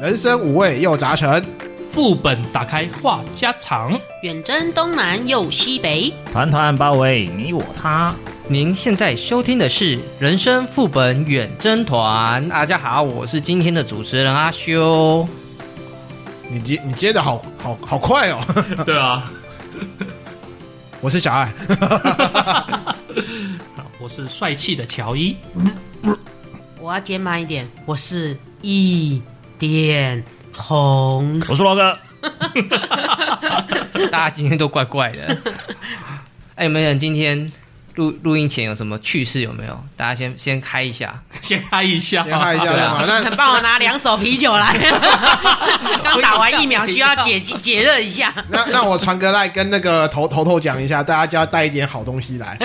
人生五味又杂陈，副本打开话家常，远征东南又西北，团团包围你我他。您现在收听的是《人生副本远征团》，大家好，我是今天的主持人阿修。你接你接的好好好快哦！对啊，我是小爱，我是帅气的乔伊，我要接慢一点。我是一点红，我是罗哥，大家今天都怪怪 的。哎，有没有人今天录录音前有什么趣事？有没有？大家先先嗨一下，先嗨一下，先嗨一下对对啊吧？那帮我拿两手啤酒 来。刚打完疫苗，需要解解热一下。那那我传个赖跟那个头头头讲一下，大家就要带一点好东西来。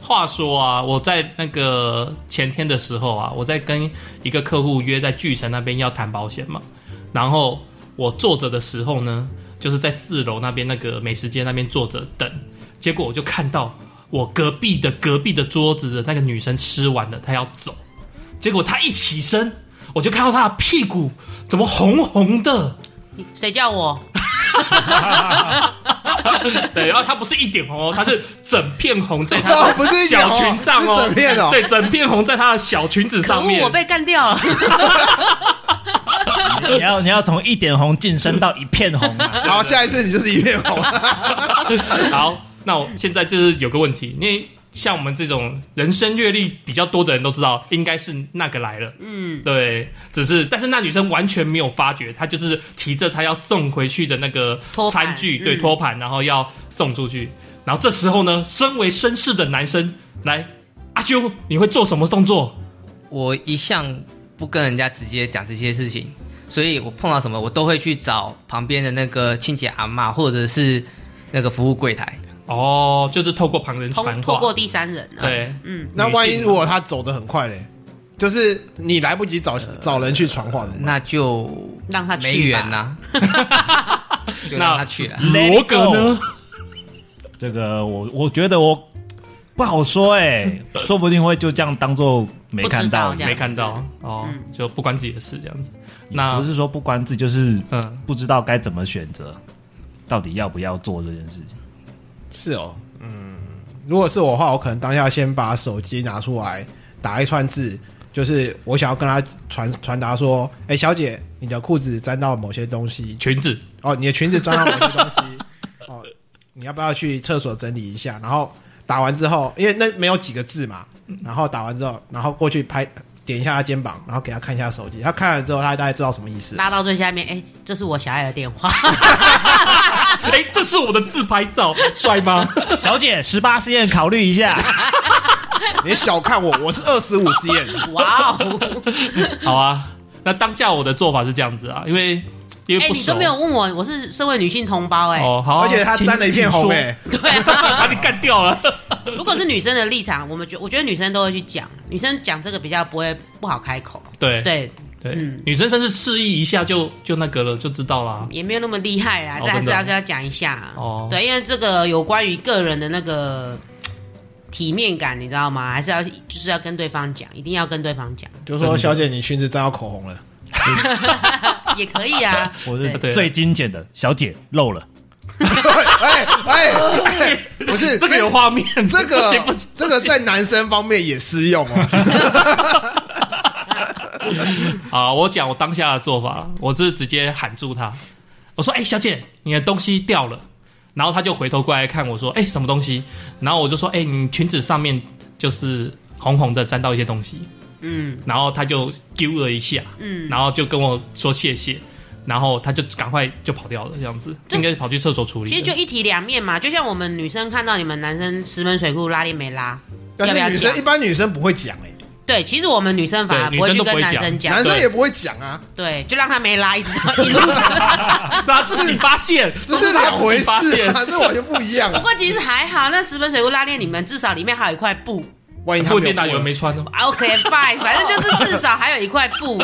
话说啊，我在那个前天的时候啊，我在跟一个客户约在巨城那边要谈保险嘛，然后我坐着的时候呢，就是在四楼那边那个美食街那边坐着等，结果我就看到我隔壁的隔壁的桌子的那个女生吃完了，她要走，结果她一起身，我就看到她的屁股怎么红红的，谁叫我？对，然后她不是一点红哦，她是整片红在她哦的，不是一点小哦 裙上哦，是整片哦。对，整片红在她的小裙子可上面恶，我。被干掉 了。你要你要从一点红晋升到一片红啊！ 好，下一次你就是一片红。 好，那我现在就是有个问题，因为像我们这种人生阅历比较多的人都知道，应该是那个来了，嗯，对，只是但是那女生完全没有发觉，她就是提着她要送回去的那个托盘餐具，对，嗯托盘，然后要送出去，然后这时候呢，身为绅士的男生来。阿修，你会做什么动作？我一向不跟人家直接讲这些事情，所以我碰到什么我都会去找旁边的那个清洁阿嬷或者是那个服务柜台。哦，就是透过旁人传通透过话，第三人啊。对，嗯，那万一如果他走的很快嘞，就是你来不及找找人去传话怎么办？那就让他去吧没啊缘 呐、就让他去了。 Let it 罗格呢？这个我我觉得我不好说哎、说不定会就这样当做没看到不知道这，样没看到哦，嗯就不关自己的事这样子。也那不是说不关自己，就是嗯，不知道该怎么选择，到底要不要做这件事情。是哦，嗯，如果是我的话，我可能当下先把手机拿出来打一串字，就是我想要跟他传传达说，哎、小姐，你的裤子沾到某些东西， 裙子，哦，你的裙子沾到某些东西，哦，你要不要去厕所整理一下？然后打完之后，因为那没有几个字嘛，然后打完之后，然后过去拍点一下他肩膀，然后给他看一下手机，他看了之后，他大概知道什么意思。拉到最下面，哎，这是我小爱的电 话。哎、这是我的自拍照，帅 吗？小姐，十八试验考虑一下。 你小看我，我是二十五 cm，哇哦！好啊，那当下我的做法是这样子啊，因为因 为哎，不你熟、哦都没有问我，我是社会女性同胞哎。哦，好啊、而且他请沾了一片红、请说哎， 对啊。 把你干 掉了。如果是女生的立场，我们觉我觉得女生都会去讲，女生讲这个比较不会不好开口，对对，对嗯女生甚至示意一下就就那个了，就知道啦。也没有那么厉害啦，哦但还是真的要是要讲一下，啊哦对，因为这个有关于个人的那个体面感，你知道吗？还是要就是要跟对方讲，一定要跟对方 讲，就说小姐，你裙子沾到口红了。也可以啊，我是对最精简的，小姐漏了。哎哎哎， 不是这个有画面，这 不行不个行这个在男生方面也适用 哦。啊！我讲我当下的做法，我是直接喊住他，我说：“哎、小姐，你的东西掉了。”然后他就回头过来看我说：“哎、什么东西？”然后我就说：“哎、你裙子上面就是红红的，沾到一些东西。”嗯然后他就丢了一下，嗯，然后就跟我说谢谢，然后他就赶快就跑掉了，这样子这应该是跑去厕所处理其的。实就一体两面嘛，就像我们女生看到你们男生十门水库拉链没拉，但要不要是女生讲一般女生不会讲哎，对，其实我们女生反而对不会女去生都跟不会男讲生男讲，生也不会讲啊，对，就让他没拉，一直到一路啊他自己发现，这是两回他自己事发现啊，这完全不一样不啊。过其实还好，那十分水库拉链你们至少里面还有一块布，万一他 不哎一没有定啊，有过人没穿呢？ OK fine，反正就是至少还有一块布。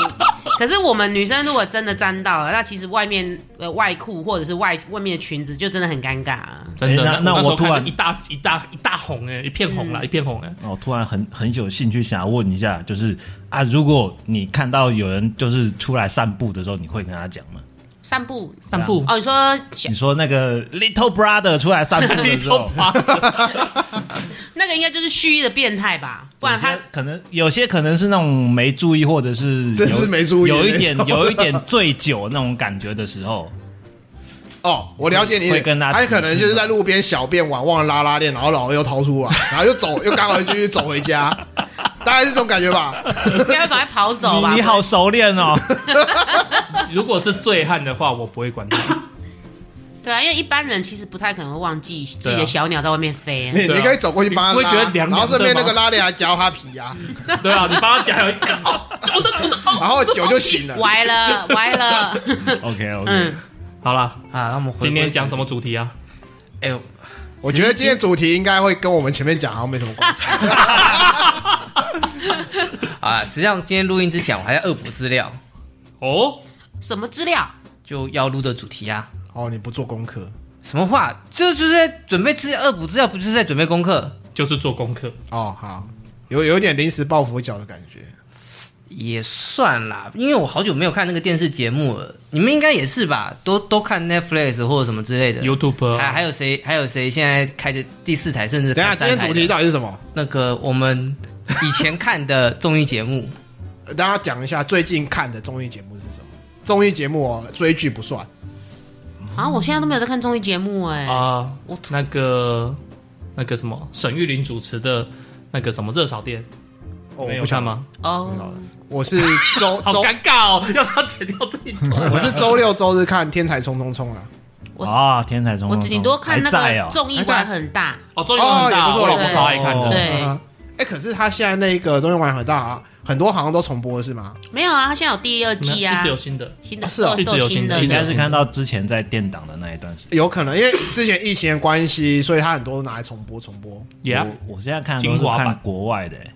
可是我们女生如果真的沾到了，那其实外面呃外裤或者是外外面的裙子就真的很尴尬啊。真的，哎那那我时候我突看然就一大一大一大红哎、一片红嗯啦，一片红哎、哦，突然很很有兴趣想要问一下，就是啊，如果你看到有人就是出来散步的时候，你会跟他讲吗？散步散步。哦，你说小你说那个 Little Brother 出来散步 的时候，那个应该就是蓄意的变态吧？不然他有些啊可能有些可能是那种没注意，或者是真有是没注意有一点没错有一点醉酒那种感觉的时 候，哦，我了解你，会跟他他可能就是在路边小便完忘了拉拉链，然后老二又掏 出来，然后又走，又刚好继续走回家，大概是这种感觉吧。啊应该会赶快跑走吧？你你好熟练哦，如果是醉汉的话，我不会管 他。对啊，因为一般人其实不太可能会忘记自己对啊的小鸟在外面飞、啊你。你可以走过去帮他你不会觉拉得，凉凉的然吗后顺便那个拉链还嚼他皮啊，对啊，你帮他加油。哦我的我的哦。然后酒就醒 了。歪了，歪了， OK OK，、嗯，好啦，啊，那我们回今天讲什么主题啊？哎呦，我觉得今天主题应该会跟我们前面讲好像没什么关系。啊，实际上今天录音之前我还在恶补资料，哦，什么资料？就要录的主题啊。哦，你不做功课什么话？这就是在准备资恶补资料，不就是在准备功课？就是做功课。哦，好，有有点临时抱佛脚的感觉。也算啦，因为我好久没有看那个电视节目了。你们应该也是吧？都都看 Netflix 或者什么之类的。 YouTube 还还有谁？还有谁现在开着第四台，甚至等一下，今开三天台主题的到底是什么？那个我们以前看的综艺 节目，呃大家讲一下最近看的综艺节目是什么？综艺节目哦，追剧不算。啊，我现在都没有在看综艺节目哎、啊我，那个那个什么沈玉琳主持的那个什么热炒店，哦，没我有不看想？吗？哦，我是周 好周，尴尬哦，要不要剪掉这一段？我是周六周日看《天才冲冲冲》啊。我啊，天才中我顶多看那还在个哦，综艺馆很大，哦，终于很大哦也不哦，错我老婆超爱看哦的。对啊哎，可是他现在那个《中央玩很大》啊，很多好像都重播了是吗？没有啊，它现在有第二季一啊直，有新的，新的哦是哦都一直新的有新的应该一直是看到之前在电档的那一段时间。有可能，因为之前疫情的关系，所以他很多都拿来重播重播。 Yeah，我我现在看的都是精华版看国外的、欸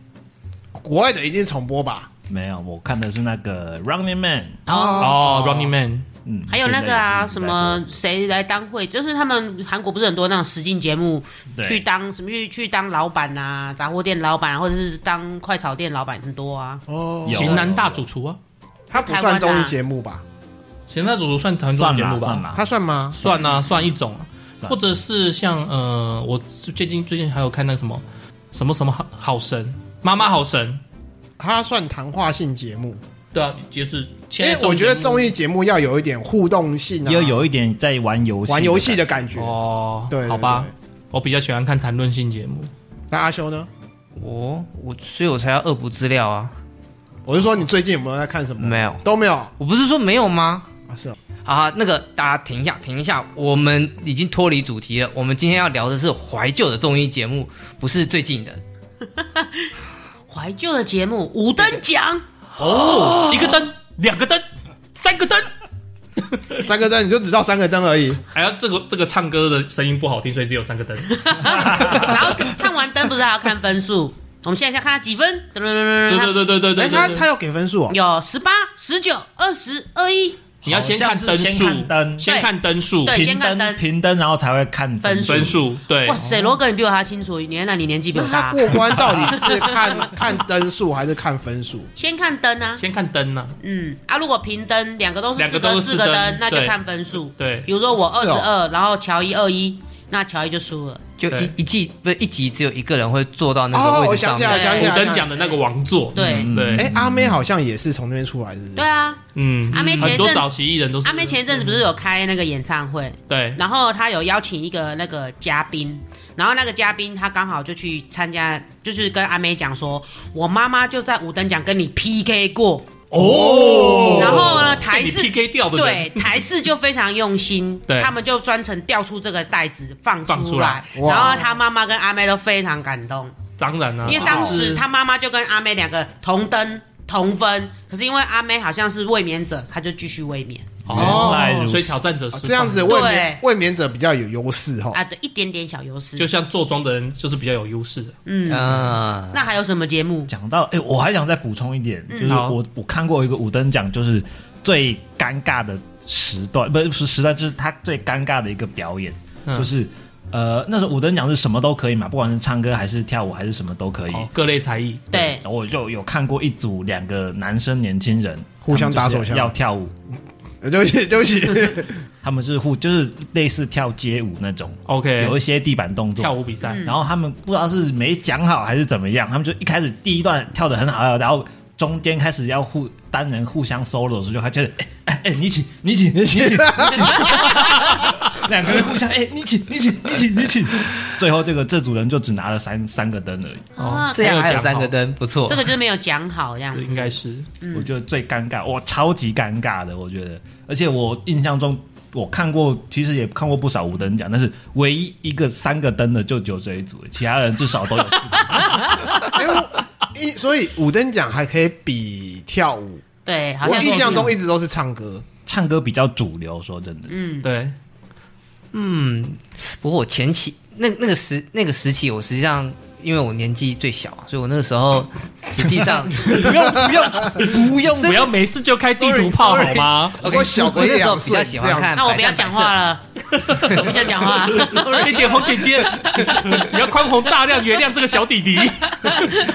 国外的一定重播吧？没有，我看的是那个 Running Man，哦。哦，Running Man，嗯，还有那个啊，什现在也是在么谁来当会，就是他们韩国不是很多那种实境节目，对去当什么去去当老板啊，杂货店老板，或者是当快炒店老板很多啊。哦有型男大主厨啊，他不算综艺节目吧？型男大主厨算团综算节啦目算吧？啦，他算吗？算啊，算一种啊，算或者是像呃，我最近最近还有看那个什么什么什么好好神，妈妈好神，他算谈话性节目，对啊，就是因现为在我觉得综艺艺节目要有一点互动性啊，又有一点在玩游戏，玩游戏的的感觉。哦，对，对好吧，。对我比较喜欢看谈论性节目。那阿修呢？哦我我所以我才要恶补资料啊。我是说你最近有没有在看什么？没有，都没有啊？我不是说没有吗？是哦啊，那个大家停一下，停一下，我们已经脱离主题了。我们今天要聊的是怀旧的综艺节目，不是最近的。怀旧的节目五等奖，哦，一个灯，两个灯，三个灯。三个灯你就只照三个灯而已。还有哎这个这个唱歌的声音不好听，所以只有三个灯。然后看完灯不是还要看分数？我们现在先看他几分，噔噔噔噔对对噔对对对哎，对他对他要给分数哦噔，。有十八、十九、二十、二一，你要先看灯好像是数先看，灯先看灯数，对平先看灯灯平灯，然后才会看分数分数，对哇，塞，罗哥你比我还清楚，原来你年纪比那我他大。过关到底是看 看灯数还是看分数？先看灯啊，先看灯呐，嗯啊，如果平灯两个都是两四个都个是四个四灯灯，那就对看分数。对比如说我哦二是十哦二，然后乔伊二一，那乔伊就输了。就对一一季不是一集只有一个人会坐到那哦个，位我置想上起来，面。想古起来。想灯起来奖的那个王座，对嗯对，啊哎，阿妹好像也是从那边出来，是不是？对啊，嗯，阿妹前一很多阵早期艺人都是阿妹前一阵子不是有开那个演唱会，对嗯然后她有邀请一个那个嘉宾，然后那个嘉宾他刚好就去参加，就是跟阿妹讲说，我妈妈就在五等奖跟你 PK 过，哦然后呢台被你式 PK 掉的对人，台视就非常用心，对他们就专程调出这个袋子放放出出来来，哇然后他妈妈跟阿妹都非常感动，当然啊，因为当就时是他妈妈就跟阿妹两个同灯同分，可是因为阿妹好像是卫冕者，她就继续卫冕。哦原来如此所以挑战者哦啊是这样子棒卫冕卫冕者比较有优势哦哈。啊，对，一点点小优势。的，就像坐庄的人就是比较有优势的。啊嗯，嗯，那还有什么节目？讲到哎、我还想再补充一点，就是好我我看过一个五等奖，就是最尴尬的时段，不是不是时段，就是他最尴尬的一个表演，嗯就是呃那时候五等奖是什么都可以嘛，不管是唱歌还是跳舞还是什么都可以。哦，各类才艺，对然，后我就有看过一组两个男生年轻人互相打手枪他们就是要跳舞，呃对不起，对不起，他们是互就是类似跳街舞那种， ，OK，有一些地板动作跳舞比赛，然后他们不知道是没讲好还是怎么样，他们就一开始第一段跳的很好，然后中间开始要互单人互相 solo 的时候，就他就是哎哎哎，你请你请你请，你请两个人互相哎、你请你请你请你请，最后这个这组人就只拿了三三个灯而已，啊哦， 这样还有奖三哦个，灯，不错。这个就是没有讲好这样对子，应该是我觉得最尴尬，哇，超级尴尬的，我觉得，而且我印象中。我看过，其实也看过不少五等奖，但是唯一一个三个灯的就只有这一组，其他人至少都有四个。因为哎我一所以五等奖还可以比跳舞，对，好我像印象中一直都是唱歌。唱歌比较主流，说真的，嗯，对，嗯，不过我前期那那个时那个时期，我实际上因为我年纪最小啊，所以我那个时 候实际上不用不用不用，不要没事就开地图炮好吗？ OK，我小我个那一时候两比岁较喜欢看。那我不要讲话了，了，我不想讲话。一点红姐姐，你要宽宏大量，原谅这个小弟弟。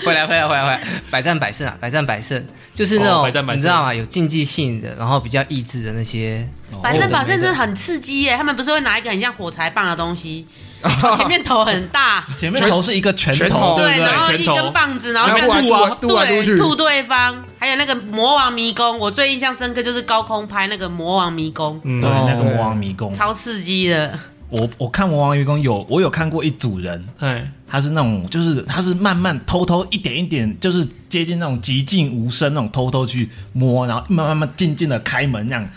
回来回来回来回来，百战百胜啊，百战百胜就是那哦种、百战百胜你知道吗？有竞技性的，然后比较益智的那些。哦哦哦反正保证真的很刺激耶，他们不是会拿一个很像火柴棒的东 西，然后前面头很大， 前面头是一个拳拳头，头对对，不对然？后一拳头根棒子，然后然跟后吐吐啊吐来吐对去吐对方，还有那个魔王迷宫，我最印象深刻就是高空拍那个魔王迷宫，嗯对，哦那个魔王迷宫，超刺激的。我我看魔王迷宫有我有看过一组人，哎，他是那种就是他是慢慢偷偷一点一点，就是接近那种极静无声那种偷偷去摸，然后慢慢慢静静的开门那样。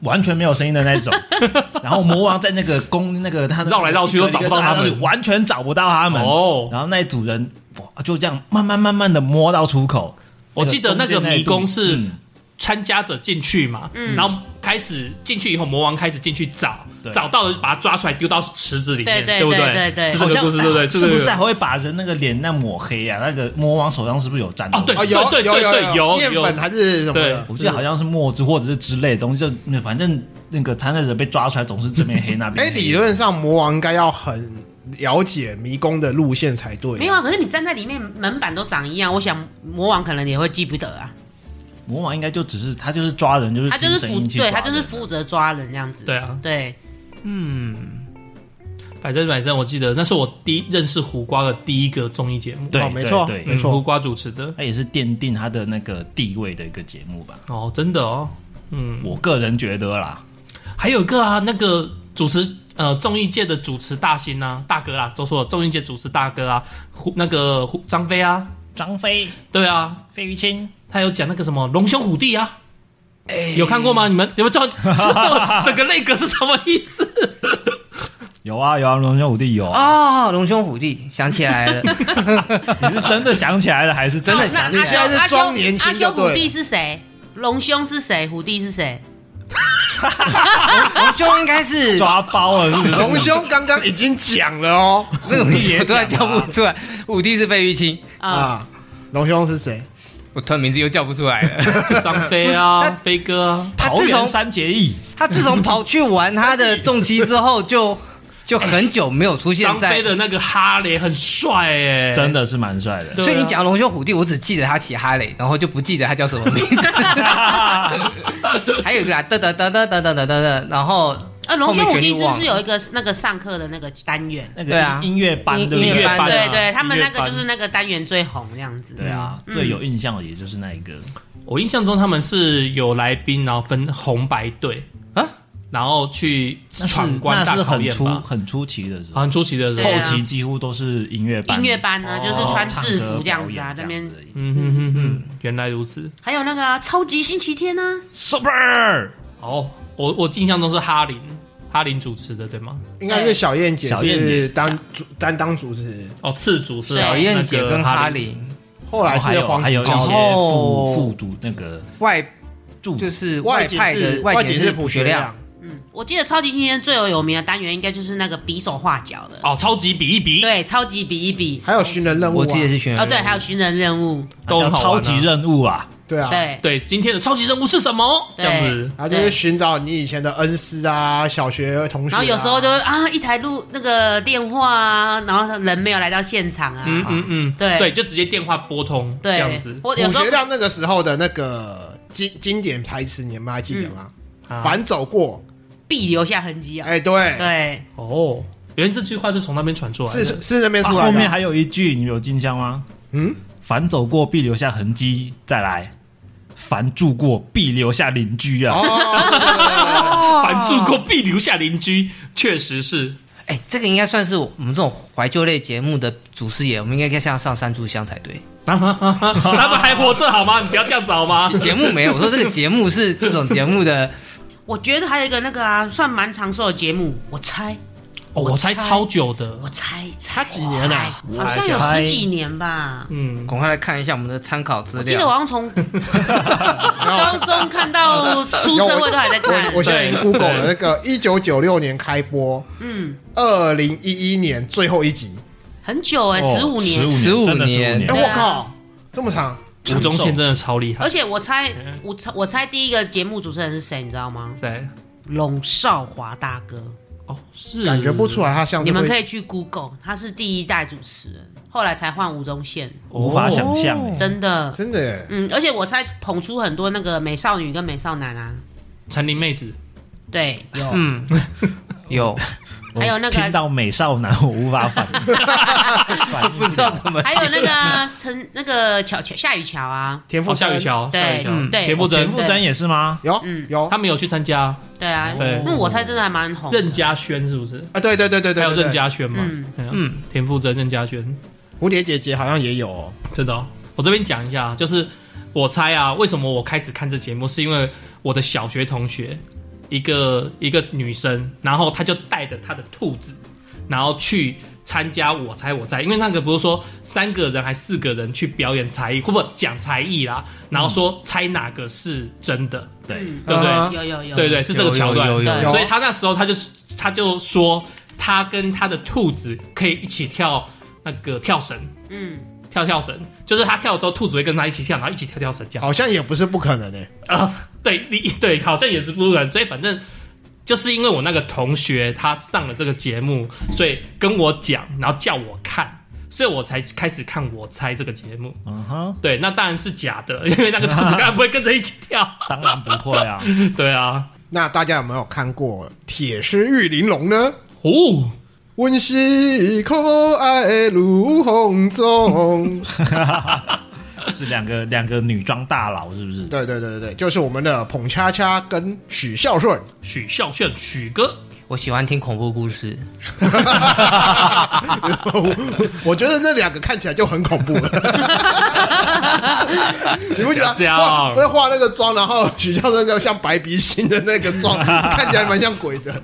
完全没有声音的那种，然后魔王在那个宫那个他的绕来绕去都找不到他们完全找不到他们。哦然后那一组人哇，就这样慢慢慢慢的摸到出口。我记得那个中间一迷段宫是嗯参加者进去嘛，嗯然后开始进去以后，魔王开始进去找对，找到了就把它抓出来丢到池子里面，对对不对对对是这个故事对不对？是这不个是还啊会把人那个脸那抹黑啊？那个魔王手上是不是有战斗？哦对哦，有对有对对有面有粉还是什么的？我记得好像是墨汁或者是之类的东西，就反正那个参赛者被抓出来，总是这边黑那边哎，黑。理论上魔王应该要很了解迷宫的路线才对。没有啊，可是你站在里面，门板都长一样，我想魔王可能也会记不得啊。魔王应该就只是他就是抓人，就是他就是凭负声音去抓对人他就是负责抓人这样子。对啊对，嗯，百战百胜，我记得那是我第一认识胡瓜的第一个综艺节目，对哦没错对，对没错嗯胡瓜主持的。他也是奠定他的那个地位的一个节目吧。哦，真的哦，嗯，我个人觉得啦，还有一个啊，那个主持呃综艺界的主持大星啊，大哥啦，都说了综艺界主持大哥啊，胡那个胡张飞啊，张飞、对啊，费玉清，他有讲那个什么龙兄虎弟啊。哎有看过吗？你们你 们知道知道整个那个是什么意思？有啊有啊，龙兄虎弟有啊。哦，龙兄虎弟，想起来 了， 你是真的想起来了还是真真的的想那起阿修现在来了。是阿修装年轻阿就修对了虎弟是谁？龙兄是谁？虎弟是谁？龙兄应该是抓包了？是不是？龙兄刚刚已经讲了哦那个虎弟 也我突然讲叫啊不出来，虎弟是费玉清，啊，啊，龙兄是谁？我突然名字又叫不出来了。张飞啊他，飞哥啊，他桃自园从三结义。他自从跑去玩他的重击之后，就 就很久没有出现张在飞。的那个哈雷很帅哎、真的是蛮帅的。对啊所以你 讲龙兄虎弟，我只记得他骑哈雷，然后就不记得他叫什么名字。 还有一个啊，噔噔噔噔噔噔噔噔噔，然后啊，龙兄后虎面全弟部是不忘是了有一个那个上课的那个单元？那对啊个音乐班，音对不对音乐班对对对，他们那个就音是乐那班个单元最红这样子。对啊，嗯最有印象的也就是那一个我印象中他们是有来宾，然后分红白队啊，然后去那是闯关那大是考很验出吧，很出奇的时啊候，很出奇的人。对啊后期几乎都是音乐班，音乐班呢，哦就是穿制服这样子啊，唱歌在那边表演这样子而已嗯哼哼哼，原来如此。还有那个啊超级星期天呢， Super 哦，我我印象中是哈林，哈林主持的对吗？应该是小燕姐哎小燕姐是担主担当主持人，哦，次主是对小燕姐哦跟哈哈，林后来哦还是有黄还有子一佼些哦副副主那个外助理就是外景派是的外景是朴学学亮，亮，嗯，我记得超级新鲜最有有名的单元应该就是那个比手画脚的，哦，超级比一比，对，超级比一比。还有寻人任务我啊，记得是学哦，对，还有寻人任务，都叫很好玩超啊级任务啊，对啊，对，对，今天的超级任务是什么？这对样子，然后就是寻找你以前的恩师啊，小学同学、然啊，后有时候就会啊，一台录那个电话啊，然后人没有来到现场啊，嗯嗯嗯，对对，就直接电话拨通，这对样子，，我有朴时候学亮那个时候的那个经经典台词，你们还记得吗？啊反走过，必留下痕迹啊，哎、对，对， 哦，原来这句话是从那边传出来的，是是那边啊哦出来后的。面还有一句，你有印象吗？嗯，反走过必留下痕迹，再来，凡住过必留下邻居啊。哦，凡住过必留下邻居，确 实是哎，这个应该算是我们这种怀旧类节目的祖师爷，我们应该像上山炷香才 对。啊哈哈哈哈他们还活着好吗？你不要这样子好吗？节目没有，我说这个节目是这种节目的， 我觉得还有一个那个啊，算蛮长寿的节目，我猜，哦，我猜超久的我，猜，猜他几年啊猜好像有猜十几年吧。嗯，赶快来看一下我们的参考资我记得我料。好像从高中看到出社会都还在看我，我现在已经 Google 了对那个一九九六年开播，嗯，二零一一年最后一集。很久哎，哦十五年， 15 15真的15年年哎、对啊我靠，这么长，吴宗宪真的超厉害而，且我猜，我猜，我猜第一个节目主持人是谁，你知道吗？在龙少华大哥，哦是感觉不出来他像是嗯你们会可以去 Google，他是第一代主持人，后来才换吴宗宪，无法想象哦真的。真的耶，嗯，而且我猜捧出很多那个美少女跟美少男啊，陈琳妹子， 对，有，嗯， 有，我还有那个听到美少男，我无法反应，反应不知道怎么还有那个陈那个乔乔夏雨乔啊，田馥哦夏甄雨乔，对夏雨乔嗯，对田馥田甄，馥甄也是吗？有嗯有他没有去参加，对啊，对那我猜真的还蛮红的，任嘉萱是不是？啊，哦对对对对对还有对任对，嘉萱嘛嗯？对啊嗯，田馥甄、任嘉萱，蝴蝶姐姐好像也有、哦，真的哦、我这边讲一下啊，就是我猜啊，为什么我开始看这节目，是因为我的小学同学，一个一个女生，然后她就带着她的兔子，然后去参加我猜我猜，因为那个不是说三个人还四个人去表演才艺，或者讲才艺啦，然后说猜哪个是真的，对，嗯，对不对？啊有有有，对对，是这个桥段，有有有有所以他那时候他就他就说，他跟他的兔子可以一起跳那个跳绳。嗯，跳跳绳，就是他跳的时候，兔子会跟他一起跳，然后一起跳跳绳这样。好像也不是不可能诶。啊，对，你对，好像也是不然，所以反正就是因为我那个同学他上了这个节目，所以跟我讲，然后叫我看。所以我才开始看《我猜》这个节目，嗯哼，对，那当然是假的，因为那个兔子当然不会跟着一起跳。当然不会啊。对啊，那大家有没有看过《铁狮玉玲珑》呢？哦，温馨可爱的如红中， 是两个两个女装大佬，是不是？对对对对对，就是我们的彭恰恰跟许孝顺。许孝炫，许哥，我喜欢听恐怖故事，我 我觉得那两个看起来就很恐怖了， 你不觉得不要这样化那化那个妆，然后许孝顺就像白鼻心的那个妆， 看起来蛮像鬼的。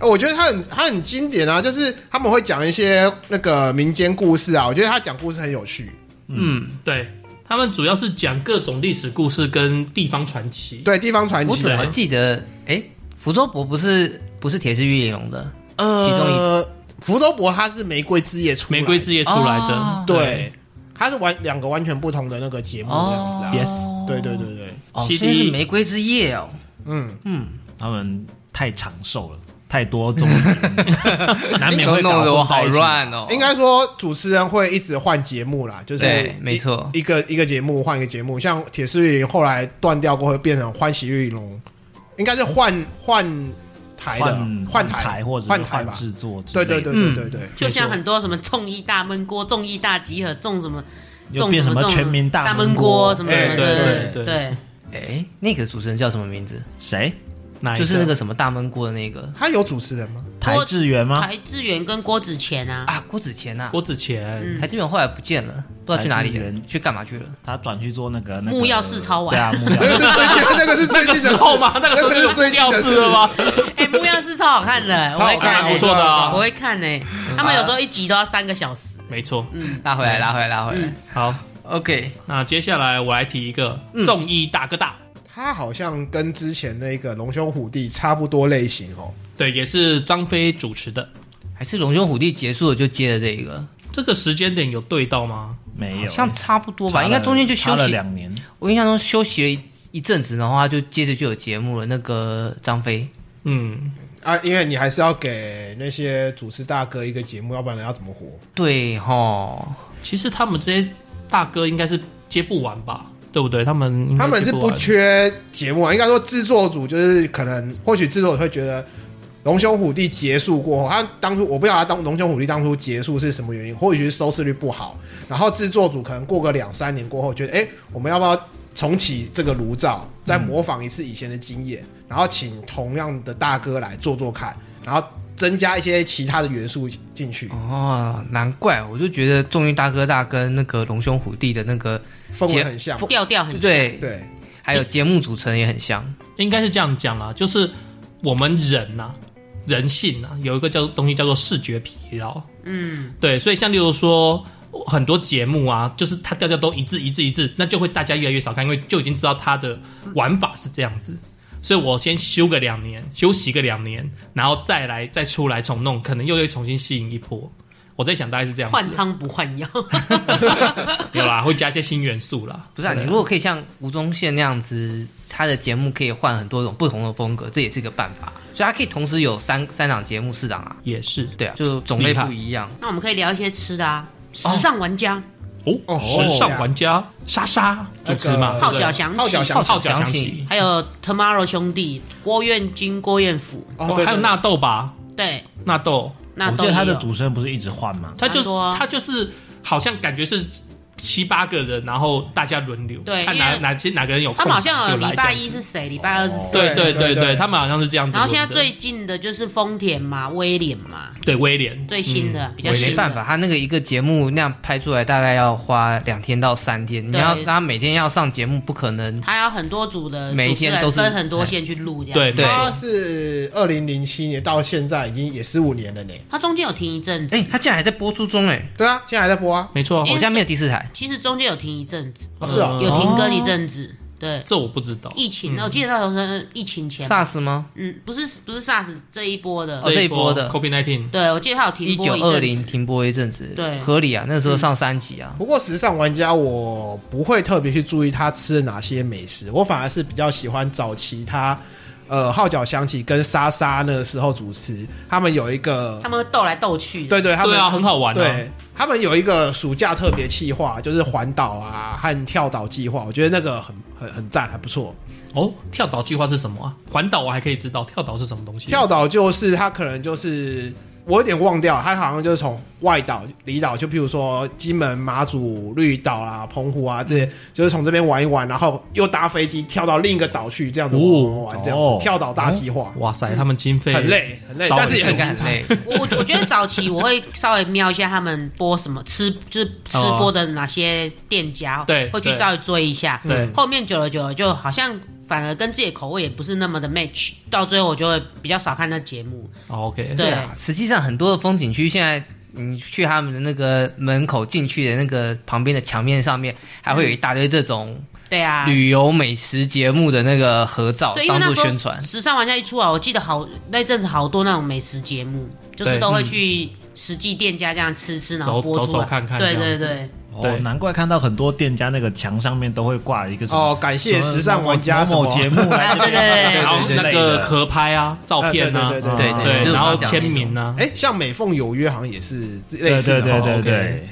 呃我觉得他很他很经典啊，就是他们会讲一些那个民间故事啊，我觉得他讲故事很有趣。嗯，对他们主要是讲各种历史故事跟地方传奇。对，地方传嗯我奇怎啊，么记得？哎，福州博不是不是铁丝玉玲珑的，呃，其中福州博他是玫瑰之夜出来的，玫瑰之夜出来的，哦对，他是完两个完全不同的那个节目这样子啊。 Yes 对对对对，哦，所 CD 以是玫瑰之夜哦，嗯，嗯，他们太长寿了，太多综艺节目，难免都会弄搞得我混在好一起。乱哦，应该说主持人会一直换节目啦，就是对一没错一个一个节目换一个节目，像铁丝玉玲后来断掉过后变成欢喜玉龙，应该是换换台的换换台或者换是台换吧，制作之对类对的，对对对对，就像很多什么众议大闷锅、众议大集合、众什么又众变什什么么众全民大闷闷锅什么哎什么的，对对对对，哎，那个主持人叫什么名字？谁？哪一就是那个什么大闷锅的那个他有主持人吗？台智源吗？台志远跟郭子乾啊，啊，郭子乾啊，郭子乾，嗯台志远后来不见了，不知道去哪里台志了，远去干嘛去了？他转去做那个那个木曜四超玩对啊，木 那个曜是最近，那个是最那个近时的候吗？那个时候那就个是最近吊的死了吗？哎，木曜是超好看的，我超会好看看，还欸不，错的啊我会看呢。嗯他们有时候一集都要三个小时，没错，拉嗯回来，拉回来，拉回来。好， OK，嗯那接下来我来提一个综艺大哥大，他好像跟之前那个《龙兄虎弟》差不多类型哦。对，也是张飞主持的。还是龙兄虎弟结束了就接了这一个，这个时间点有对到吗？没好有，像差不多差吧，了应该中间就休差了息。两年，我印象中休息了一一阵子，然后他就接着就有节目了。那个张飞，嗯，啊，因为你还是要给那些主持大哥一个节目，要不然要怎么活？对吼，其实他们这些大哥应该是接不完吧，对不对？他们应该他们是接不不完缺节目啊，应该说制作组就是可能，或许制作组会觉得《龙兄虎弟》结束过后，他当初我不知道他当《龙兄虎弟》当初结束是什么原因，或许是收视率不好，然后制作组可能过个两三年过后，觉得哎、诶我们要不要重启这个炉灶，再模仿一次以前的经验，然后请同样的大哥来做做看，然后增加一些其他的元素进去，哦，难怪我就觉得《综艺大哥大》跟那个《龙兄虎弟》的那个氛围结很像嘛，调调很像，对，啊对。还有节目组成也很像。应该是这样讲啦，就是我们人呐、人性啊，有一个叫东西叫做视觉疲劳。嗯，对，所以像例如说很多节目啊，就是它调调都一致一致一致，那就会大家越来越少看，因为就已经知道它的玩法是这样子。所以我先休个两年，休息个两年，然后再来再出来重弄，可能又会重新吸引一波。我在想大概是这样子，换汤不换药， 有啦，会加一些新元素啦。不是啊，对你如果可以像吴宗宪那样子，他的节目可以换很多种不同的风格，这也是一个办法。所以他可以同时有三三档节目、四档啊，也是对啊，就种类厉害不一样。那我们可以聊一些吃的啊，时尚玩家哦，哦时尚玩家莎莎主持嘛，那号个角对响号起角，响起号角响响起起，还有 Tomorrow 兄弟、郭彦军、郭彦甫，哦，对还有对纳豆吧，对，纳豆，那我都记得他的有主持人不是一直换吗？他就蛮多啊他就是好像感觉是七八个人，然后大家轮流，对看因为哪哪些哪个人有空，他们好像有就来礼拜这样一子，是谁，礼拜二是谁。对对对对对对，对他们好像是这样子然轮后的。现在最近的就是丰田嘛、威廉嘛，对威廉嗯最新的比较威新廉没办法，他那个一个节目那样拍出来，大概要花两天到三天。你要让他每天要上节目，不可能。他有很多组的每一天都主是哎持人跟很多线去录这样。，对对他是二零零七年到现在已经也十五年了呢。他中间有停一阵子，哎、他竟然还在播出中哎、对啊，现在还在播啊。没错我，家没有第四台，其实中间有停一阵子，哦是啊嗯有停更一阵子。对，这我不知道。疫情，我记得那时候是疫情前嘛，嗯，SARS 吗？嗯，不是不是 SARS 这一波的，哦这一波的 COVID nineteen，对我记得他有一停九播二一阵零子。停播一阵子，对合理啊。那时候上三集啊，不过时尚玩家我不会特别去注意他吃了哪些美食，我反而是比较喜欢早期他，呃，号角响起跟莎莎那个时候主持，他们有一个他，们会斗来斗去的，对对，他们对啊，很好玩啊。对他们有一个暑假特别计划，就是环岛啊和跳岛计划，我觉得那个很很很赞，还不错。哦，跳岛计划是什么啊？环岛我还可以知道，跳岛是什么东西？跳岛就是他可能就是我有点忘掉，他好像就是从外岛、离岛，就譬如说金门、马祖、绿岛啦、澎湖啊这些，嗯就是从这边玩一玩，然后又搭飞机跳到另一个岛去，这样子玩玩这样子，哦哎跳岛大计划，哇塞，他们经费很，累很累，烧但是也很很应该辛精很彩。累。我我我觉得早期我会稍微瞄一下他们播什么吃，就是吃播的哪些店家，哦对嗯会去稍微追一下。对后面久了久了，就好像反而跟自己的口味也不是那么的 match，到最后我就会比较少看那节目。哦 OK，对啊，实际上很多的风景区现在。你去他们的那个门口进去的那个旁边的墙面上面，还会有一大堆这种对啊，旅游美食节目的那个合照对，因为当做那时候宣传。时尚玩家一出来，我记得好那阵子好多那种美食节目，就是对嗯都会去实际店家这样吃吃，然走后播出走来。走看看对这对样子对，哦对，难怪看到很多店家那个墙上面都会挂一个什么哦，感谢时尚玩家什某么某节目来这边对然后对那对个对合拍啊，照片啊，哎对对对对对，就是然我后刚刚讲的那签种名啊呢，哎，像美凤有约好像也是类对似的对哦，对对 OK 对，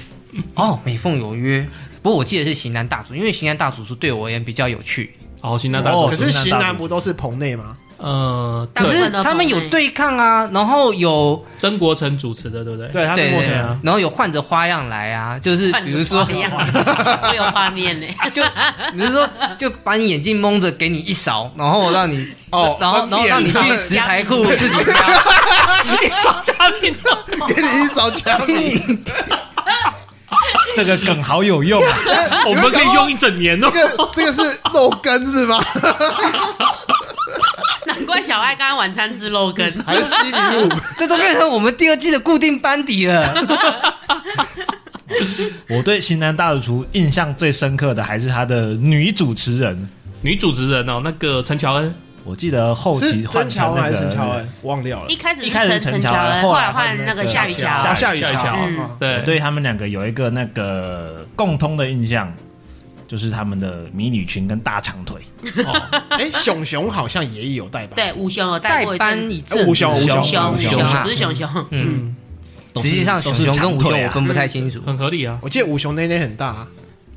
哦，美凤有约。不过我记得是型男大厨，因为型男大厨是对我而言比较有趣。哦，行，那大哦家可是型型男大男主不都是棚内吗？呃，大可部对，是分都他们有对抗啊，然后有曾国成主持的，对不对？对，他是对啊陌对生对啊人。然后有换着花样来啊，就是比如说， 我有画面 呢，就比如说就把你眼镜蒙着，给你一勺，然后让你哦然后然后让你分去辨食材库自己挑，给你一勺 枪米， 这个梗好有用啊！ 我们可以用一整年哦这。个这个是肉羹是吗？ 难怪小爱刚刚晚餐吃肉羹。 还是西米露？这都变成我们第二季的固定班底了。我对《型男大主厨》印象最深刻的还是他的女主持人，女主持人哦，那个陈乔恩，我记得后期是换曾乔成恩还那是陈个乔啊恩？忘掉了一。开始一是开始陈是陈陈乔乔恩恩，后后来来换换那那个个夏雨夏雨啊乔乔，夏雨夏雨乔乔嗯嗯对我对他们两个有一个那个共通的印象，就是他们的迷你裙跟大长腿。哦，哎，熊熊好像也有代班，对，五雄有带代过一阵班子，一阵子，吴雄吴五雄吴雄五雄雄啊不是，熊熊，嗯，都是实际上都熊是熊跟长武腿雄啊我分不太清 楚，很合理啊。我记得五熊那天很大，啊，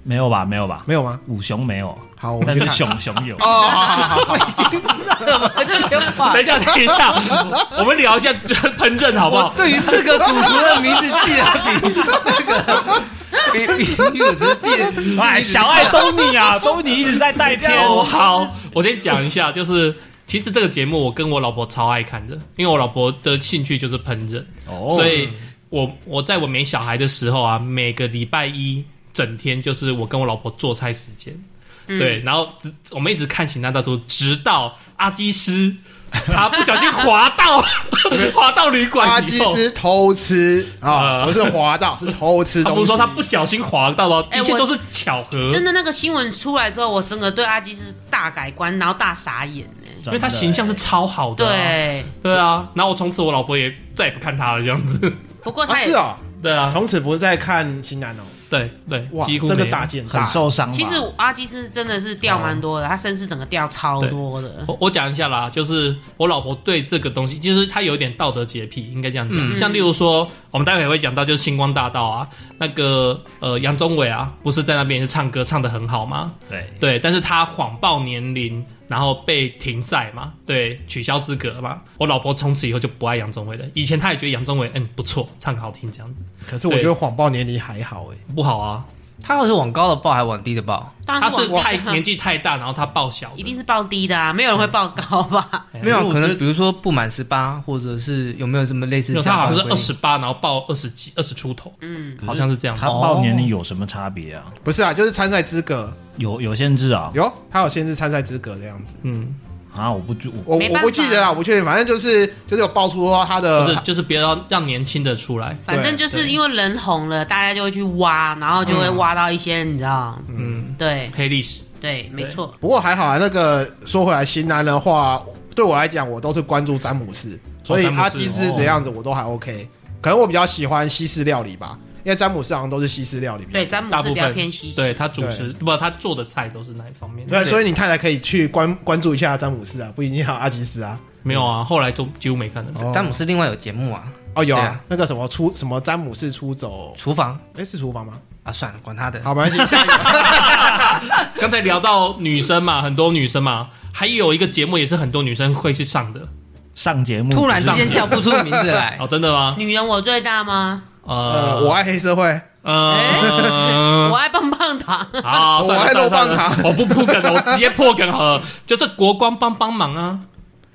没有吧？没有吧？没有吗？五熊没有，好，哦我但们去是看。熊熊 有。哦，好好好好，等一下，等一下， 我们聊一下 烹饪好不我好？对于四个主厨的名字记 得比这个比比女主持记得记哦哎，得小爱都你 啊，都你一直在带偏。哦，好，我先讲一下，就是其实这个节目我跟我老婆超爱看的，因为我老婆的兴趣就是烹饪，哦所以我我在我没小孩的时候啊，每个礼拜一整天就是我跟我老婆做菜时间，嗯嗯对，然后直我们一直看《行大大厨》，直到阿基师他不小心滑到滑到旅阿馆基以后。斯偷吃啊，呃不是滑到，是偷吃他东不西。是说他不小心滑到了，哎一切我都是巧合，真的那个新闻出来之后，我整个对阿基是大改观，然后大傻眼呢。真的因为他形象是超好的、啊，对，对对啊。然后我从此我老婆也再也不看他了，这样子，不过啊他是也，哦，对啊，从此不再看新南哦。对对，哇，几乎这个没有打击很大很受伤吧。其实阿基是真的是掉蛮多的，他绅士整个掉超多的。我我讲一下啦，就是我老婆对这个东西，就是她有点道德洁癖，应该这样讲。嗯像例如说，我们待会也会讲到，就是星光大道啊，那个呃杨宗纬啊，不是在那边也是唱歌唱的很好吗？对，对，但是他谎报年龄，然后被停赛嘛，对，取消资格嘛。我老婆从此以后就不爱杨宗纬了。以前她也觉得杨宗纬嗯不错，唱得好听这样子，可是我觉得谎报年龄还好哎，不好啊。他要是往高的报还是往低的报？当她然是我太年纪太大，然后她报小的，一定是报低的啊，没有人会报高吧？哎呀没有，啊可我觉得能比如说不满十八，或者是有没有什么类似没有，像？她好像是二十，八，然后报二十几、二十出头，嗯，好像是这样吧。他报年龄有什么差别啊？不是啊，就是参赛资格有有限制啊？有，他有限制参赛资格这样子。嗯，啊，我不知我我没我办法不记得啊，我不确定，反正就是就是有爆出呃他就的是就是不要让年轻的出来。反正就是因为人红了，大家就会去挖，然后就会挖到一些，你知道？嗯，对黑历史对，没错。不过还好啊，那个说回来，新南的话，对我来讲，我都是关注詹姆斯，所以哦詹姆斯哦阿基斯这样子我都还 OK。可能我比较喜欢西式料理吧，因为詹姆斯好像都是西式料理比较对，詹姆大斯部比较分偏西式。对他主持不，他做的菜都是那一方面。对，所以你太太可以去关关注一下詹姆斯啊，不一定要阿基斯啊。没有啊，后来就几乎没看了。哦詹姆斯另外有节目啊，哦有对啊啊，那个什么出什么詹姆斯出走，厨房哎是厨房吗？啊，算了，管他的。好，没关系，下一个刚才聊到女生嘛，很多女生嘛，还有一个节目也是很多女生会去上的上节目突然之不是间叫 不出名字哎 来，哦，真的吗？女人我最大吗？呃，我爱黑社会，呃我，爱棒棒糖。 好，算了我爱肉算了棒算糖了，我不铺梗了，我直接破梗好了，就是国光帮帮忙啊。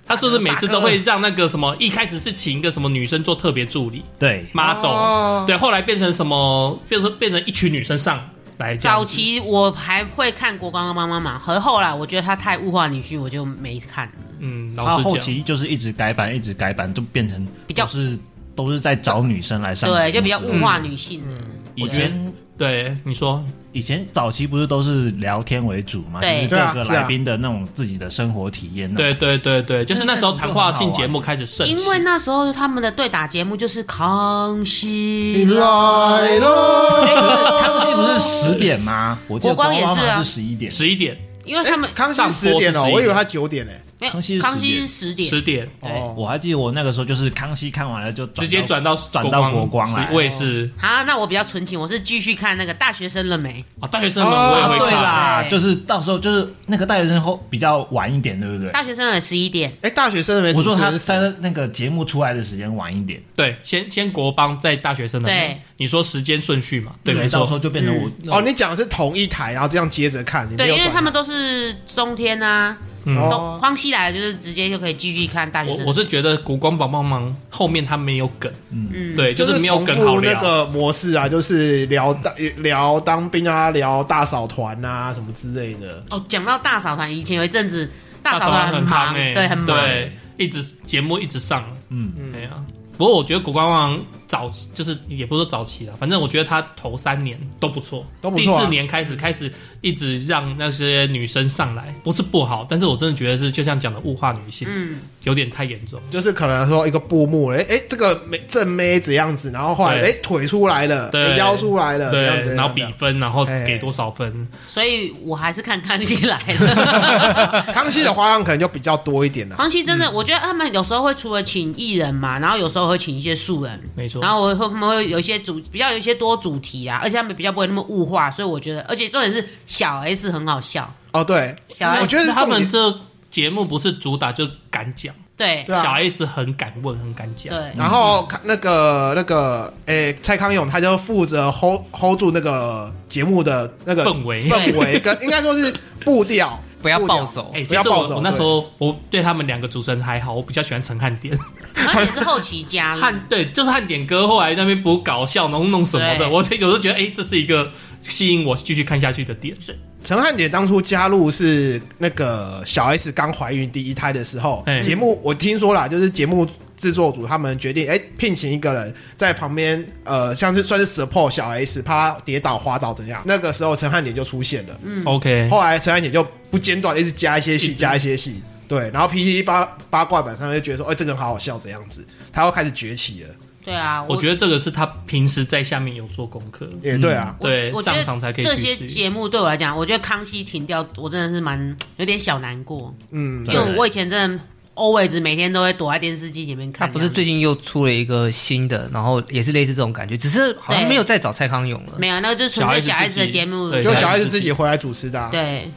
他是不是每次都会让那个什么，一开始是请一个什么女生做特别助理对 model，、哦对，后来变成什么？变成变成一群女生上来这样早子。期我还会看《国光帮帮忙》，和后来我觉得他太物化女性，我就没看了。嗯，他老后实讲，期就是一直改版，一直改版，就变成比较都是都是在找女生来上节目之对，类的，就比较物化女性嗯了。以我觉得前对你说，以前早期不是都是聊天为主嘛，就对是对啊各个是啊来宾的那种自己的生活体验。，对对对对，就是那时候谈话性节目开始盛因为行。那时候他们的对打节目就是《康熙你》来喽。 康熙不是十点吗？我记得哎国光也是啊光好像是十一点。十一点，因哎为他们诶康熙十点上哦，播是11我以为他九点呢。没有康熙是康熙10是十点，十点对。哦，我还记得我那个时候就是康熙看完了就到直接转到转到国光来是我也是啊，那我比较纯情，我是继续看那个大学生了没？啊，大学生们我也啊会对看。啦，对就是到时候就是那个大学生后比较晚一点，对不对？大学生了没十一点，哎，大学生没我说他主持人他那个节目出来的时间晚一点，对，先先国邦，再大学生的。对，你说时间顺序嘛？对，没嗯到时错。候就变成我嗯哦，你讲的是同一台，然后这样接着看，你没对，有因为转他们都是中天啊，嗯东哦，康熙来了就是直接就可以继续看大学我生。我是觉得国光帮帮忙后面他没有梗，嗯，对，就是没有重梗复好那聊。个模式啊，就是聊当聊当兵啊，聊大嫂团啊什么之类的。哦，讲到大嫂团，以前有一阵子大大嫂嫂团很忙，夯哎，对，很忙。对，一直节目一直上。嗯，对啊，不过我觉得国光王早期就是也不是说早期了，反正我觉得他头三年都不错，都不错啊第四年开始开始一直让那些女生上来，不是不好，但是我真的觉得是就像讲的物化女性，嗯，有点太严重。就是可能说一个布幕，哎哎，这个妹正妹怎样子，然后后来哎对腿出来了，对诶腰出来了，这样子，对，然后这比样分，然后哎给多少分？所以我还是看康熙来 的。子康熙的花样可能就比较多一点了。康熙真的，我觉得他们有时候会除了请艺人嘛，然后有时候会请一些素人，没错然，后我会他们会有一些主比较有一些多主题啊，而且他们比较不会那么物化，所以我觉得，而且重点是小 S 很好笑，哦，对，小 S 我觉得是他重们点，这节目不是主打就敢讲，对对啊小 S 很敢问，很敢讲。对，然后看那个那个，哎，蔡康永他就负责 hold hold 住那个节目的那个氛围氛围跟应该说是步调， 不要步调暴走哎、不其要实暴我走我那时候我对他们两个主持人还好，我比较喜欢陈汉典。然后也是后期加入，汉对，就是汉典哥后来那边补搞笑弄弄什么对的，我就有时候觉得哎、这是一个吸引我继续看下去的点。陈汉典当初加入是那个小 S 刚怀孕第一胎的时候哎，节目我听说啦，就是节目制作组他们决定，哎、聘请一个人在旁边，呃，像是算是 support 小 S，怕她跌倒滑倒怎样。那个时候陈汉典就出现了，嗯 OK，后来陈汉典就不间断地一直加一些一戏，直加一些戏。对，然后 PPT 八八卦版上面就觉得说，哎、这个人好好笑，怎样子，他又开始崛起了。对啊，我觉得这个是他平时在下面有做功课。也嗯对啊，我对我觉上得场才可以这去些试节目对我来讲，我觉得康熙停掉，我真的是蛮有点小难过，嗯，因对为我以前真的 always 每天都会躲在电视机前面他看这样子。不是最近又出了一个新的，然后也是类似这种感觉，只是好像对没有再找蔡康永了。没有，那个就是纯粹小小 S S 自的己节目，对就小小 S S 自己回来主持的、啊。对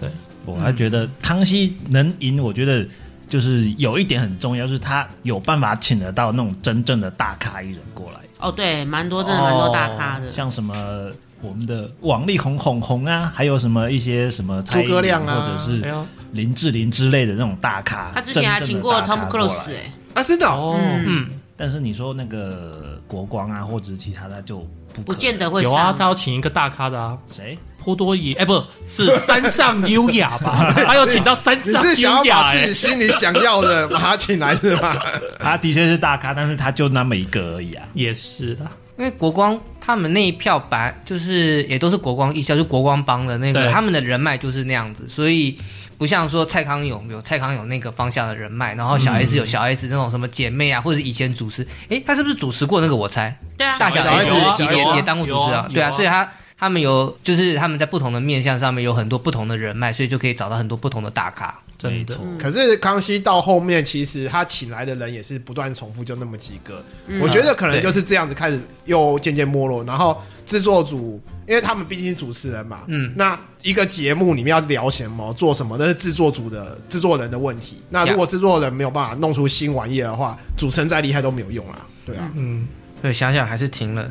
我还觉得康熙能赢，我觉得就是有一点很重要，就是他有办法请得到那种真正的大咖艺人过来，哦对，蛮多真的蛮多大咖的，像什么我们的王力宏、红红啊，还有什么一些什么蔡依诸林葛亮啊或者哎是呦，林志玲之类的那种大咖。他之前还真请正的过大咖 Tom 过来 Cruise 哎，啊，真的哦、哦，嗯嗯，但是你说那个国光啊，或者是其他的就不不可见得会有啊，上。他要请一个大咖的啊，谁波多野，哎、不是山上优 雅吧？他有请到山你上是想要优雅、把自哎己，心里想要的把他请来是吗？他的确是大咖，但是他就那么一个而已啊。也是啊，因为国光他们那一票白就是也都是国光艺校，就国光帮的那个，对他们的人脉就是那样子，所以不像说蔡康永有蔡康永那个方向的人脉，然后小 S 有小 S 那种什么姐妹啊，或者是以前主持，诶，他是不是主持过那个？我猜对啊，大小小 S 有啊 S 也有啊也当过主持有啊啊，对啊，有啊所以他他们有就是他们在不同的面向上面有很多不同的人脉，所以就可以找到很多不同的大咖。真没的错。嗯可是康熙到后面，其实他请来的人也是不断重复，就那么几个。我觉得可嗯能就是这样子开始又渐渐没落，然后制作组。因为他们毕竟是主持人嘛，嗯，那一个节目里面要聊什么、做什么，那是制作组的制作人的问题。那如果制作人没有办法弄出新玩意的话，主持人再厉害都没有用啦。对啊，嗯，对，想想还是停了。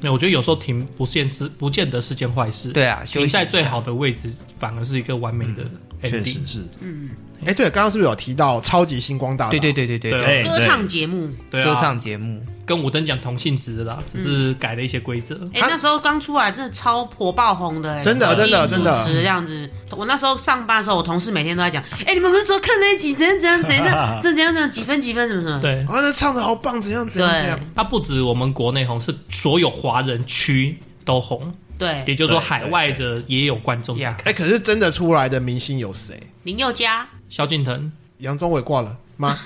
没有，我觉得有时候停不见是不见得是件坏事。对啊，休息停在最好的位置，反而是一个完美的嗯 ending。确实是，哎、对，刚刚是不是有提到超级星光大道？对对对对对对啊对歌唱节目，对啊，歌唱节目。跟五等奖同性质的啦，嗯只是改了一些规则。哎、啊那时候刚出来真的超火爆红的、欸，真的啊真的第一真的主持这样子。我那时候上班的时候，我同事每天都在讲，哎、你们不是说看那一集怎样怎样怎样，这怎样怎样几分几分什么什么？对，啊，那唱的好棒，怎样怎样怎样对。它不止我们国内红，是所有华人区都红，哎对，也就是说对海外的也有观众在看。哎、可是真的出来的明星有谁？林宥嘉萧敬腾杨宗纬挂了 吗？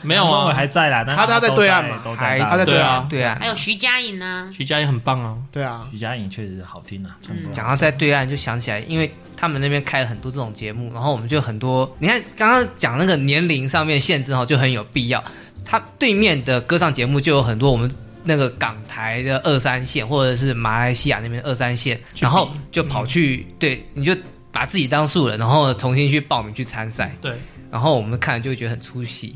没有中伟啊，还在啦，但他他在都对岸嘛都还哎在大陆他在对啊，对啊还，有徐佳莹呢、徐佳莹很棒啊，对啊，徐佳莹确实好听啊，唱歌讲到在对岸，就想起来，因为他们那边开了很多这种节目，然后我们就很多，你看刚刚讲那个年龄上面限制哈，就很有必要。他对面的歌唱节目就有很多我们那个港台的二三线，或者是马来西亚那边的二三线，去比嗯然后就跑去、对，你就把自己当素人，然后重新去报名去参赛，对然后我们看了就会觉得很出戏。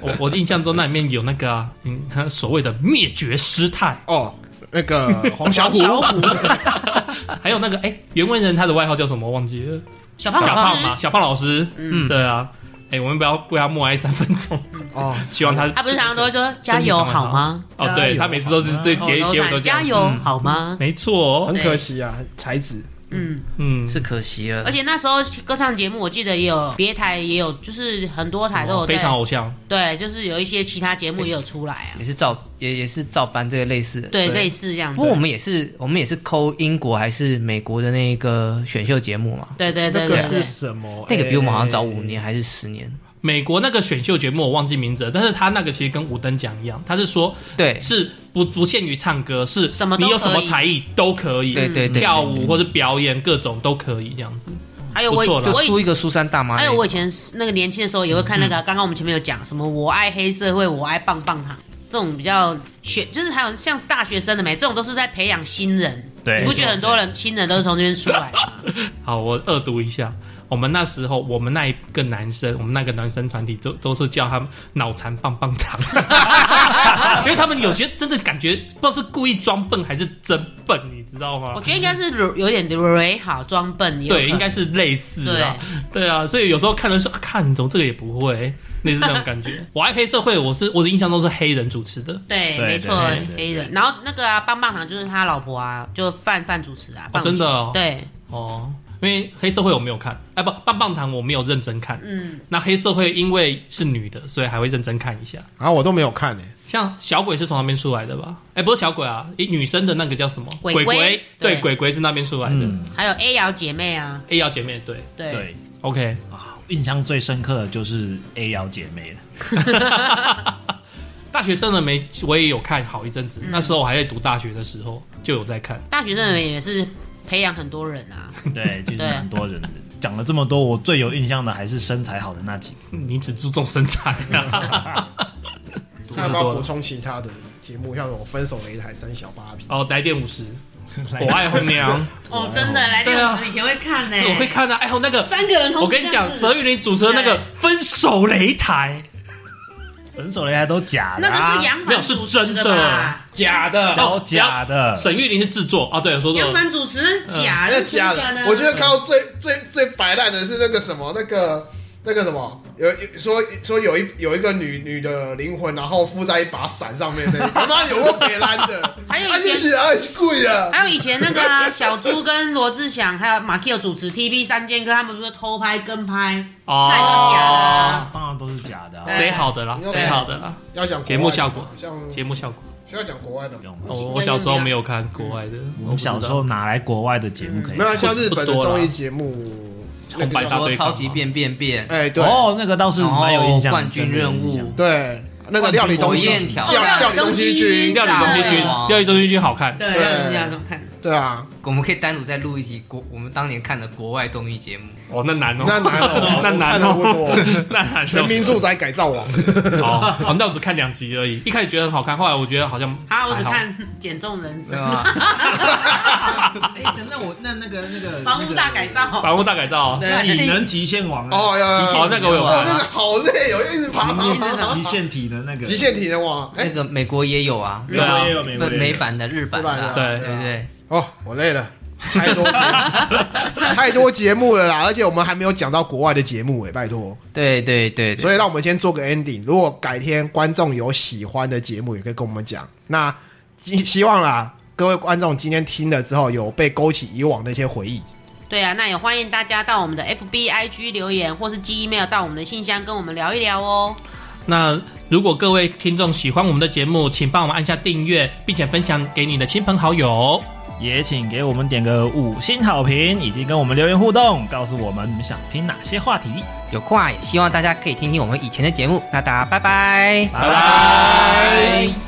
我我印象中那里面有那个啊嗯所谓的灭绝师太，哦，那个黄小虎，还有那个哎、袁文仁他的外号叫什么忘记了？小胖小啊老胖师，嘛，小胖老师，嗯，对啊，哎、我们不要为他默哀三分钟， 哦，希望他他不是常常都会说加油好吗？哦，对加油他每次都是最好结哦结尾看都这嗯加样，油好吗？没错，很可惜啊，才子嗯，嗯，是可惜了。而且那时候歌唱节目，我记得也有别台也有，就是很多台都有在哦非常偶像，对，就是有一些其他节目也有出来啊，也是照也也是照搬这个类似的，对，类似这样子不过。我们也是我们也是抠英国还是美国的那个选秀节目嘛，对对对那对个对是，什么？那个比我们好像哎早五年还是十年。美国那个选秀节目我忘记名字了，但是他那个其实跟五等奖一样，他是说对是不不限于唱歌，是什么都你有什么可以才艺都可以，对对对对跳舞或是表演各种都可以这样子。还有不我错啦我就以出一个苏珊大妈那还个，有我以前是那个年轻的时候也会看那个啊，刚刚我们前面有讲什么“我爱黑社会”“我爱棒棒糖”这种比较学，就是还有像大学生的没，这种都是在培养新人。对你不觉得很多人新人都是从这边出来的吗？好，我恶毒一下。我们那时候，我们那一个男生，我们那个男生团体都都是叫他们脑残棒棒糖， 因为他们有些真的感觉不知道是故意装笨还是真笨，你知道吗我？觉得应该是有有点蕊好装笨，也有可嗯对，能应该是类似啊，对啊，所以有时候看人说，啊看你怎么这个也不会，类似那 种感觉。我爱黑社会，我是我的印象中是黑人主持的，对，对没错对对，黑人。然后那个啊，棒棒糖就是他老婆啊，就范范主持啊，哦，棒主持真的哦，对，哦，因为黑社会我没有看，哎不，棒棒糖我没有认真看，嗯，那黑社会因为是女的，所以还会认真看一下。啊，我都没有看呢。像小鬼是从那边出来的吧？哎、不是小鬼啊，诶女生的那个叫什么？鬼鬼鬼对，对鬼鬼是那边出来的。嗯，还有 A 瑶姐妹啊， A 瑶姐妹对对，对，OK，啊，印象最深刻的就是 A 幺姐妹了，大学生的没我也有看好一阵嗯子，那时候我还在读大学的时候就有在看。大学生们也是培养很多人啊，对，就是对很多人的。讲了这么多，我最有印象的还是身材好的那几个。 你只注重身材、啊，还有没有补充其他的节目？像我分手擂台三小八匹， 哦，来电五十，我爱红娘，哦，真的，来电对啊以前会看呢我会，看啊， 哎呦那个，三个人我跟你讲，佘玉玲主持的那个分手擂台，分手擂台都假的、那啊，个是杨没有凡是主持真的的吧？假的哦都假的， 沈玉玲是制作啊，对，我说错杨了，凡主持那是假那嗯的，假真的啊，我觉得看到最最最白烂的是那个什么，那个那个什么，有有说说有一有一个女女的灵魂，然后附在一把伞上面那个，他妈有个北烂的，还有以他前一起啊，贵啊，还有以前那个啊，小猪跟罗志祥，还有马 Q 主持 TV 三剑客，他们是不是偷拍跟拍？哦那个假的啊当然都是假的、啊。谁好的啦，对谁好的啦。要讲国外的节目效果像节目效果。需要讲国外的吗不。用我我小时候没有看国外的，我们小时候哪来国外的节哎目可以没看？有啊像日本的不多啦综艺节目，那红白个大叫说对抗哎超嘛级变变变，哎对哦，那个倒是然后蛮有印象的。哦冠军任务，对，那个料理东西火焰条料料理东西不君，知道料理东西君对啊，料理东西君好看。哦对，对要是这样看。对啊，我们可以单独再录一集国我们当年看的国外综艺节目。哦，那难哦，，那难哦 那我难看了哦， 我多。那难哦。全民住宅改造网，哦，好，那我只看两集而已。一开始觉得很好看，后来我觉得好像好，我只还好看 《减重人对啊生》吧？哎，等等我那那个那个房屋大改， 《造。房屋大改造》哦。对体能极限王啊，哦呀，好，那个我有啊哦，那看个。好累哦，一直爬爬爬爬极爬，限体的那个极限体能网，那哎，个美国也有啊，美国也有，美美国也美有版的、日版的啊，日版的对不对？哦，我累了，太多节目 太多节目了啦，而且我们还没有讲到国外的节目哎，拜托，对对对对，所以让我们先做个 ending。如果改天观众有喜欢的节目，也可以跟我们讲。那希希望啦，各位观众今天听了之后，有被勾起以往的一些回忆。对啊，那也欢迎大家到我们的 FB、IG 留言，或是寄 email 到我们的信箱跟我们聊一聊哦。那如果各位听众喜欢我们的节目，请帮我们按下订阅，并且分享给你的亲朋好友。也请给我们点个五星好评，以及跟我们留言互动，告诉我们你们想听哪些话题。有空啊，也希望大家可以听听我们以前的节目。那大家拜拜。拜拜。